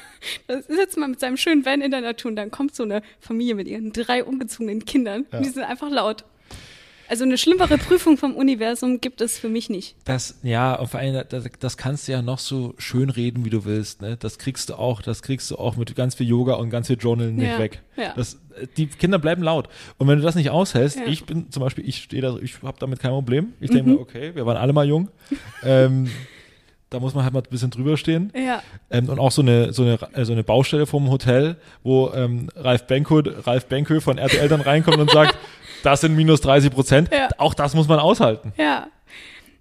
[SPEAKER 4] Da sitzt man mit seinem schönen Van in der Natur und dann kommt so eine Familie mit ihren drei ungezogenen Kindern. Und die sind einfach laut. Also eine schlimmere Prüfung vom Universum gibt es für mich nicht.
[SPEAKER 3] Das, ja, und vor allem, das, das kannst du ja noch so schön reden, wie du willst. Ne? Das kriegst du auch, das kriegst du auch mit ganz viel Yoga und ganz viel Journal nicht
[SPEAKER 4] Ja,
[SPEAKER 3] weg.
[SPEAKER 4] ja.
[SPEAKER 3] Das, die Kinder bleiben laut. Und wenn du das nicht aushältst,
[SPEAKER 4] Ja. Mhm.
[SPEAKER 3] ich bin zum Beispiel, ich stehe da, ich habe damit kein Problem. Ich denke mir, okay, wir waren alle mal jung. ähm, da muss man halt mal ein bisschen drüber stehen.
[SPEAKER 4] Ja.
[SPEAKER 3] Ähm, und auch so eine, so eine, äh, so eine Baustelle vorm Hotel, wo ähm, Ralf Benko, Ralf Benko von RTL dann reinkommt und
[SPEAKER 4] <laughs>
[SPEAKER 3] sagt, das sind minus 30 Prozent.
[SPEAKER 4] Ja.
[SPEAKER 3] Auch das muss man aushalten.
[SPEAKER 4] Ja.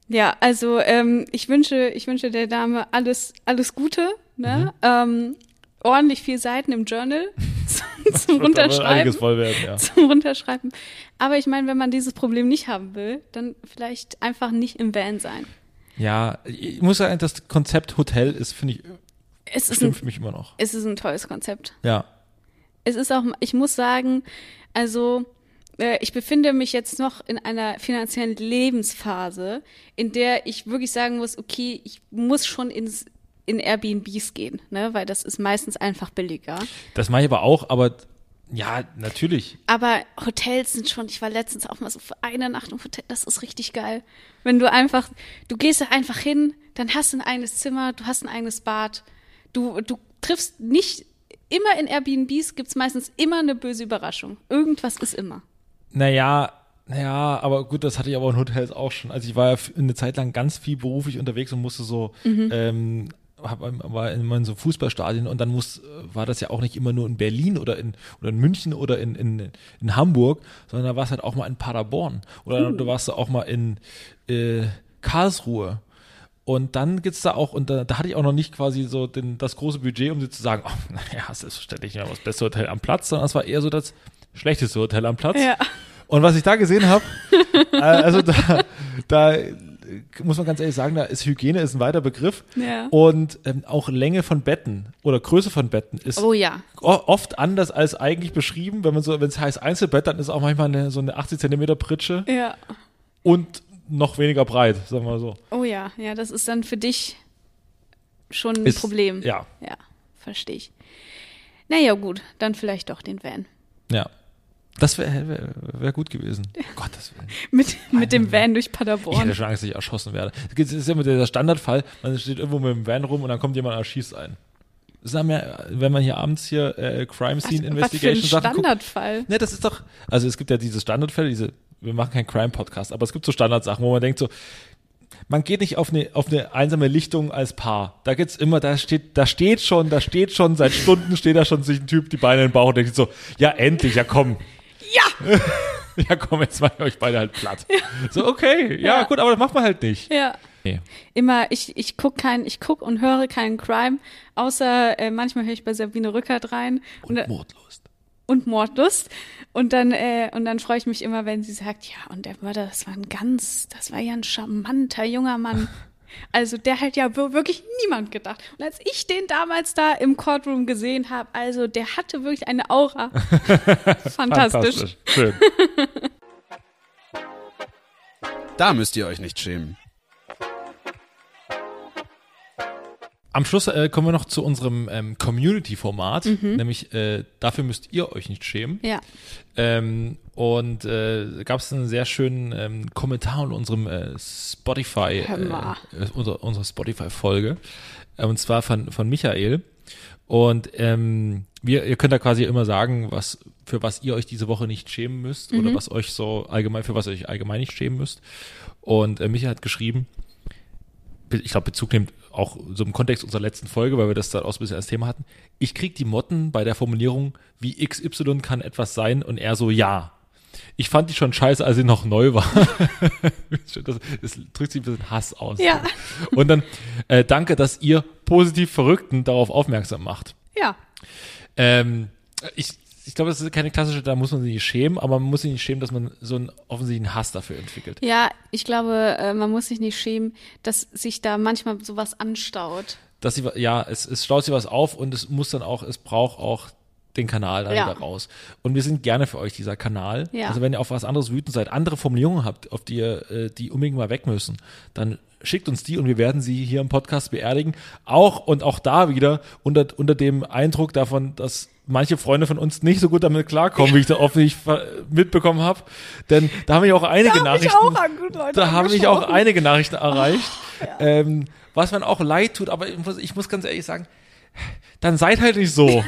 [SPEAKER 4] Ja, also ähm, ich wünsche, ich wünsche der Dame alles, alles Gute,
[SPEAKER 3] Mhm.
[SPEAKER 4] ne? Ähm, ordentlich viel Seiten im Journal <laughs> zum, zum
[SPEAKER 3] Wird aber Einiges
[SPEAKER 4] Runterschreiben.
[SPEAKER 3] voll werden, ja.
[SPEAKER 4] Zum Runterschreiben. Aber ich meine, wenn man dieses Problem nicht haben will, dann vielleicht einfach nicht im Van sein.
[SPEAKER 3] Ja, ich muss sagen, das Konzept Hotel ist, finde ich,
[SPEAKER 4] Es ist, ein,
[SPEAKER 3] stimmt für mich immer noch.
[SPEAKER 4] es ist ein tolles Konzept.
[SPEAKER 3] Ja.
[SPEAKER 4] es ist auch, ich muss sagen, also äh, ich befinde mich jetzt noch in einer finanziellen Lebensphase, in der ich wirklich sagen muss, okay, ich muss schon ins in Airbnbs gehen, ne, weil das ist meistens einfach billiger.
[SPEAKER 3] Das mache ich aber auch, aber ja, natürlich.
[SPEAKER 4] Aber Hotels sind schon, ich war letztens auch mal so für eine Nacht im Hotel, das ist richtig geil. Wenn du einfach, du gehst da einfach hin, dann hast du ein eigenes Zimmer, du hast ein eigenes Bad. Du, du triffst nicht, immer in Airbnbs gibt's meistens immer eine böse Überraschung. Irgendwas ist immer.
[SPEAKER 3] Naja, naja, aber gut, das hatte ich aber in Hotels auch schon. Also ich war ja f- eine Zeit lang ganz viel beruflich unterwegs und musste so, ähm, hab, war immer in so Fußballstadien und dann muss, war das ja auch nicht immer nur in Berlin oder in, oder in München oder in, in, in Hamburg, sondern da war es halt auch mal in Paderborn oder da warst du auch mal in äh, Karlsruhe. Und dann gibt's da auch, und da, da hatte ich auch noch nicht quasi so den, das große Budget, um dir zu sagen, <laughs> oh, naja, selbstverständlich nicht das beste Hotel am Platz, sondern es war eher so das schlechteste Hotel am Platz. Und was ich da gesehen
[SPEAKER 4] <laughs>
[SPEAKER 3] habe, äh, also da, da äh, muss man ganz ehrlich sagen, da ist Hygiene ist ein weiter Begriff.
[SPEAKER 4] Ja.
[SPEAKER 3] Und ähm, auch Länge von Betten oder Größe von Betten ist
[SPEAKER 4] Oh ja.
[SPEAKER 3] o- oft anders als eigentlich beschrieben. Wenn man so, wenn es heißt Einzelbett, dann ist auch manchmal eine, so eine 80 Zentimeter Pritsche
[SPEAKER 4] Ja.
[SPEAKER 3] und noch weniger breit, sagen wir mal so.
[SPEAKER 4] Oh ja, ja, das ist dann für dich schon ein
[SPEAKER 3] Ist-
[SPEAKER 4] Problem.
[SPEAKER 3] ja.
[SPEAKER 4] Ja, verstehe ich. Naja, gut, dann vielleicht doch den Van.
[SPEAKER 3] Ja. Das wäre wär, wär gut
[SPEAKER 4] <laughs>
[SPEAKER 3] gewesen. Gottes Willen.
[SPEAKER 4] Mit, mit dem Van durch
[SPEAKER 3] Ich hätte
[SPEAKER 4] Paderborn.
[SPEAKER 3] schon Angst, dass ich erschossen werde. Das ist immer der Standardfall. Man steht irgendwo mit dem Van rum und dann kommt jemand und erschießt einen. Das haben ja, wenn man hier abends hier äh, Crime Scene
[SPEAKER 4] Was, was für ein
[SPEAKER 3] Investigation Sachen guckt.
[SPEAKER 4] Standardfall.
[SPEAKER 3] Ne, das ist doch, also es gibt ja diese Standardfälle, diese, wir machen keinen Crime-Podcast, aber es gibt so Standardsachen, wo man denkt so, man geht nicht auf eine, auf eine einsame Lichtung als Paar. Da geht's immer, da steht, da steht schon, da steht schon, seit Stunden steht da schon sich ein Typ die Beine in den Bauch und denkt so, ja endlich, ja komm. Ja! <laughs> ja komm, jetzt mach ich euch beide halt platt. So, okay, ja,
[SPEAKER 4] Ja.
[SPEAKER 3] gut, aber das macht man halt nicht.
[SPEAKER 4] Ja.
[SPEAKER 3] Nee.
[SPEAKER 4] Immer, ich, ich guck kein, ich guck und höre keinen Crime, außer äh, manchmal höre ich bei Sabine Rückert rein und, und,
[SPEAKER 3] Mordlust.
[SPEAKER 4] Mordlust. Und dann, äh, und dann freue ich mich immer, wenn sie sagt, ja, und der Mörder, das war ein ganz, das war ja ein charmanter junger <laughs> Mann. Also der hat ja wir- wirklich niemand gedacht. Und als ich den damals da im Courtroom gesehen habe, also der hatte wirklich eine <laughs> Aura. Fantastisch.
[SPEAKER 3] Schön.
[SPEAKER 1] Da müsst ihr euch nicht schämen.
[SPEAKER 3] Am Schluss äh, kommen wir noch zu unserem ähm, Community-Format, nämlich äh, dafür müsst ihr euch nicht schämen.
[SPEAKER 4] Ja.
[SPEAKER 3] Ähm, und äh, gab es einen sehr schönen ähm, Kommentar in unserem äh, Spotify, äh,
[SPEAKER 4] Hör mal.
[SPEAKER 3] äh, unserer, unserer Spotify-Folge, äh, und zwar von, von Michael. Und ähm, wir, ihr könnt da quasi immer sagen, was für was ihr euch diese Woche nicht schämen müsst oder
[SPEAKER 4] Mhm.
[SPEAKER 3] was euch so allgemein für was ihr euch allgemein nicht schämen müsst. Und äh, Michael hat geschrieben, ich glaube, Bezug nimmt auch so im Kontext unserer letzten Folge, weil wir das da auch so ein bisschen als Thema hatten. Ich krieg die Motten bei der Formulierung, wie XY kann etwas sein und er so, ja. Ich fand die schon scheiße, als sie noch neu war. <laughs> das, das drückt sich ein bisschen Hass aus.
[SPEAKER 4] Ja.
[SPEAKER 3] Und dann, äh, danke, dass ihr positiv Verrückten darauf aufmerksam macht.
[SPEAKER 4] Ja.
[SPEAKER 3] Ähm, ich ich glaube, das ist keine klassische, da muss man sich nicht schämen, aber man muss sich nicht schämen, dass man so einen offensichtlichen Hass dafür entwickelt.
[SPEAKER 4] Ja, ich glaube, äh, man muss sich nicht schämen, dass sich da manchmal sowas anstaut.
[SPEAKER 3] dass sie, wa- ja, es, es staut sie was auf und es muss dann auch, es braucht auch den Kanal dann
[SPEAKER 4] Ja.
[SPEAKER 3] wieder raus. Und wir sind gerne für euch dieser Kanal.
[SPEAKER 4] Ja.
[SPEAKER 3] Also wenn ihr auf was anderes wütend seid, andere Formulierungen habt, auf die ihr, äh, die unbedingt mal weg müssen, dann schickt uns die und wir werden sie hier im Podcast beerdigen. Auch und auch da wieder unter, unter dem Eindruck davon, dass manche Freunde von uns nicht so gut damit klarkommen, wie ich da offensichtlich ver- mitbekommen habe. Denn da haben mich auch einige
[SPEAKER 4] Da hab ich
[SPEAKER 3] Nachrichten.
[SPEAKER 4] auch an gute Leute
[SPEAKER 3] da haben mich auch
[SPEAKER 4] angesprochen.
[SPEAKER 3] einige Nachrichten
[SPEAKER 4] <laughs>
[SPEAKER 3] erreicht. ähm, was man auch leid tut, aber ich muss, ich muss ganz ehrlich sagen, dann seid halt nicht
[SPEAKER 4] <laughs>
[SPEAKER 3] so.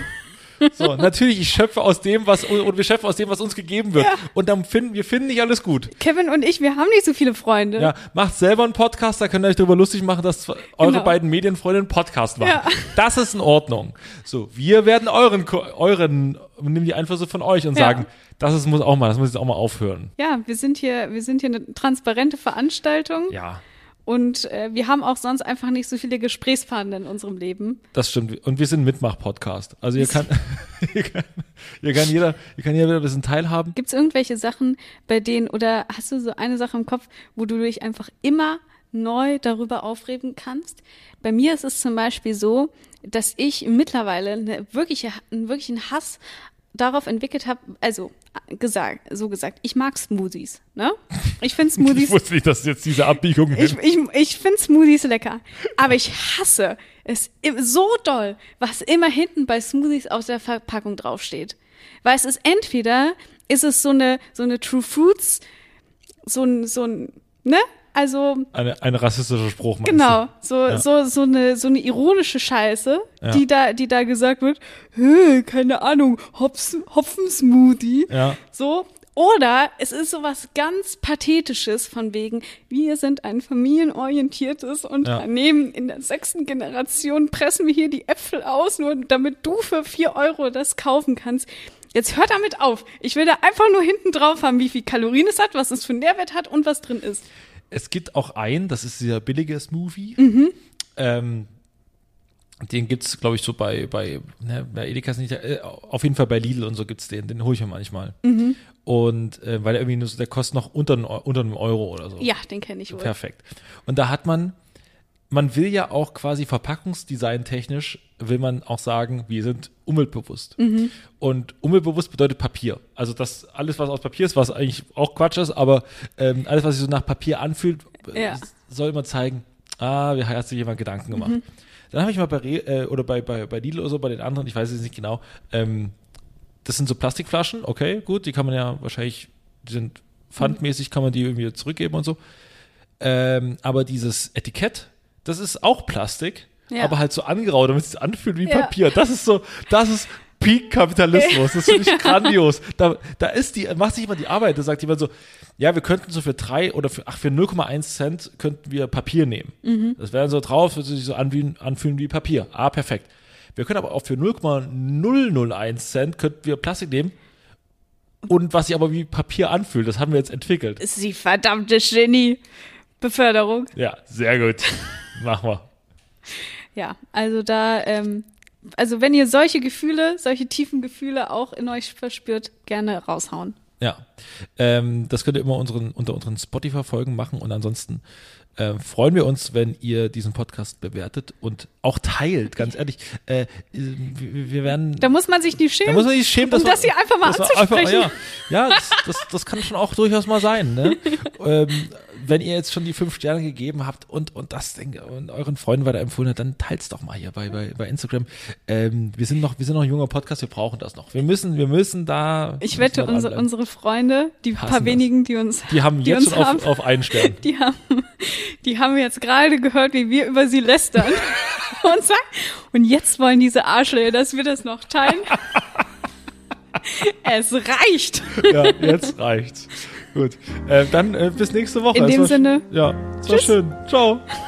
[SPEAKER 3] So, natürlich, ich schöpfe aus dem, was, oder wir schöpfen aus dem, was uns gegeben wird. Und dann finden, wir finden nicht alles gut.
[SPEAKER 4] Kevin und ich, wir haben nicht so viele Freunde.
[SPEAKER 3] Ja, macht selber einen Podcast, da könnt ihr euch darüber lustig machen, dass zwei- eure
[SPEAKER 4] Genau.
[SPEAKER 3] beiden Medienfreunde einen Podcast machen.
[SPEAKER 4] Ja.
[SPEAKER 3] Das ist in Ordnung. So, wir werden euren, Ko- euren, nehmen die Einflüsse von euch und
[SPEAKER 4] Ja.
[SPEAKER 3] sagen, das ist, muss auch mal, das muss jetzt auch mal aufhören.
[SPEAKER 4] Ja, wir sind hier, wir sind hier eine transparente Veranstaltung
[SPEAKER 3] Ja,
[SPEAKER 4] und äh, wir haben auch sonst einfach nicht so viele Gesprächspartner in unserem Leben.
[SPEAKER 3] das stimmt. Und wir sind ein Mitmach-Podcast. Also ihr kann, <laughs> ihr kann, ihr kann jeder, ihr kann jeder ein bisschen teilhaben.
[SPEAKER 4] Gibt es irgendwelche Sachen, bei denen, oder hast du so eine Sache im Kopf, wo du dich einfach immer neu darüber aufregen kannst? Bei mir ist es zum Beispiel so, dass ich mittlerweile eine wirkliche, einen wirklichen Hass darauf entwickelt habe, also äh, gesagt, so gesagt, ich mag Smoothies, ne? Ich finde
[SPEAKER 3] Ich <laughs>
[SPEAKER 4] Smoothies
[SPEAKER 3] wusste nicht, dass jetzt diese Abbiegung
[SPEAKER 4] Ich, ich, ich finde Smoothies lecker, aber ich hasse es im- so doll, was immer hinten bei Smoothies auf der Verpackung draufsteht. Weil es ist entweder, ist es so eine, so eine True Fruits, so ein, so ein, ne? Also,
[SPEAKER 3] Eine, ein rassistischer Spruch. meinst
[SPEAKER 4] genau,
[SPEAKER 3] du?
[SPEAKER 4] so, so, so eine, so eine ironische Scheiße,
[SPEAKER 3] Ja.
[SPEAKER 4] die da, die da gesagt wird, "Hö, keine Ahnung, Hops, Hopfen-Smoothie.
[SPEAKER 3] Ja.
[SPEAKER 4] So. Oder es ist sowas ganz Pathetisches von wegen, wir sind ein familienorientiertes Unternehmen. In der sechsten Generation pressen wir hier die Äpfel aus, nur damit du für vier Euro das kaufen kannst. Jetzt hört damit auf. Ich will da einfach nur hinten drauf haben, wie viel Kalorien es hat, was es für einen Nährwert hat und was drin ist.
[SPEAKER 3] Es gibt auch einen, das ist dieser billige Smoothie.
[SPEAKER 4] Mhm.
[SPEAKER 3] Ähm, den gibt's, glaube ich, so bei, bei, ne, bei Edeka ist nicht, äh, auf jeden Fall bei Lidl und so gibt's den, den hole ich mir manchmal.
[SPEAKER 4] Mhm.
[SPEAKER 3] Und äh, weil der irgendwie nur so, der kostet noch unter, einen Eu- unter einem Euro oder so.
[SPEAKER 4] Ja, den kenne ich wohl.
[SPEAKER 3] Perfekt. Und da hat man, man will ja auch quasi verpackungsdesigntechnisch, will man auch sagen, wir sind umweltbewusst. Und umweltbewusst bedeutet Papier. Also das alles, was aus Papier ist, was eigentlich auch Quatsch ist, aber ähm, alles, was sich so nach Papier anfühlt, äh,
[SPEAKER 4] Ja.
[SPEAKER 3] soll immer zeigen, ah, hier hat sich jemand Gedanken gemacht. Dann habe ich mal bei, Re äh, oder bei, bei, bei Lidl oder so, bei den anderen, ich weiß es nicht genau, ähm, das sind so Plastikflaschen, okay, gut, die kann man ja wahrscheinlich, die sind pfandmäßig, kann man die irgendwie zurückgeben und so. Ähm, aber dieses Etikett, das ist auch Plastik,
[SPEAKER 4] Ja.
[SPEAKER 3] aber halt so angeraut, damit es sich anfühlt wie
[SPEAKER 4] Ja.
[SPEAKER 3] Papier. Das ist so, das ist Peak-Kapitalismus. Das
[SPEAKER 4] <laughs>
[SPEAKER 3] finde ich grandios. Da, da ist die, macht sich jemand die Arbeit, da sagt jemand so, ja, wir könnten so für drei oder für, ach, für 0,1 Cent könnten wir Papier nehmen. Das wäre dann so drauf, würde sich so anfühlen, anfühlen wie Papier. Ah, perfekt. Wir können aber auch für 0,001 Cent könnten wir Plastik nehmen. Und was sich aber wie Papier anfühlt, das haben wir jetzt entwickelt.
[SPEAKER 4] Ist die verdammte Genie. Beförderung.
[SPEAKER 3] Ja, sehr gut. Machen wir.
[SPEAKER 4] Ja, also da, ähm, also wenn ihr solche Gefühle, solche tiefen Gefühle auch in euch verspürt, gerne raushauen.
[SPEAKER 3] Ja. Ähm, das könnt ihr immer unseren, unter unseren Spotify-Folgen machen und ansonsten ähm, freuen wir uns, wenn ihr diesen Podcast bewertet und auch teilt, ganz ehrlich. Äh, wir, wir werden.
[SPEAKER 4] Da muss man sich nicht schämen.
[SPEAKER 3] Da muss man sich schämen, dass
[SPEAKER 4] um das hier einfach mal
[SPEAKER 3] dass wir
[SPEAKER 4] anzusprechen.
[SPEAKER 3] ja, ja das, das, das kann schon auch durchaus mal sein. Ne?
[SPEAKER 4] <laughs>
[SPEAKER 3] ähm, wenn ihr jetzt schon die fünf Sterne gegeben habt und, und das Ding und euren Freunden weiterempfohlen habt, dann teilt's doch mal hier bei, bei, bei Instagram. Ähm, wir sind noch, wir sind noch ein junger Podcast, wir brauchen das noch. Wir müssen, wir müssen da.
[SPEAKER 4] ich
[SPEAKER 3] müssen
[SPEAKER 4] wette,
[SPEAKER 3] da
[SPEAKER 4] unsere,
[SPEAKER 3] dranbleiben.
[SPEAKER 4] unsere Freunde, die
[SPEAKER 3] Hassen
[SPEAKER 4] paar
[SPEAKER 3] das.
[SPEAKER 4] wenigen, die uns,
[SPEAKER 3] Die haben
[SPEAKER 4] die
[SPEAKER 3] jetzt
[SPEAKER 4] uns
[SPEAKER 3] schon auf,
[SPEAKER 4] haben.
[SPEAKER 3] auf einen Stern.
[SPEAKER 4] <laughs> die haben, die haben jetzt gerade gehört, wie wir über
[SPEAKER 3] <laughs>
[SPEAKER 4] sie lästern. und, sagen, und jetzt wollen diese Arschlöcher, dass wir das
[SPEAKER 3] <laughs>
[SPEAKER 4] noch teilen. es reicht.
[SPEAKER 3] Ja, jetzt reicht's. Gut. Äh, dann äh, bis nächste Woche.
[SPEAKER 4] In
[SPEAKER 3] Es
[SPEAKER 4] dem
[SPEAKER 3] war sch-
[SPEAKER 4] Sinne.
[SPEAKER 3] Ja, es war
[SPEAKER 4] Tschüss.
[SPEAKER 3] schön. Ciao.
[SPEAKER 5] Oh,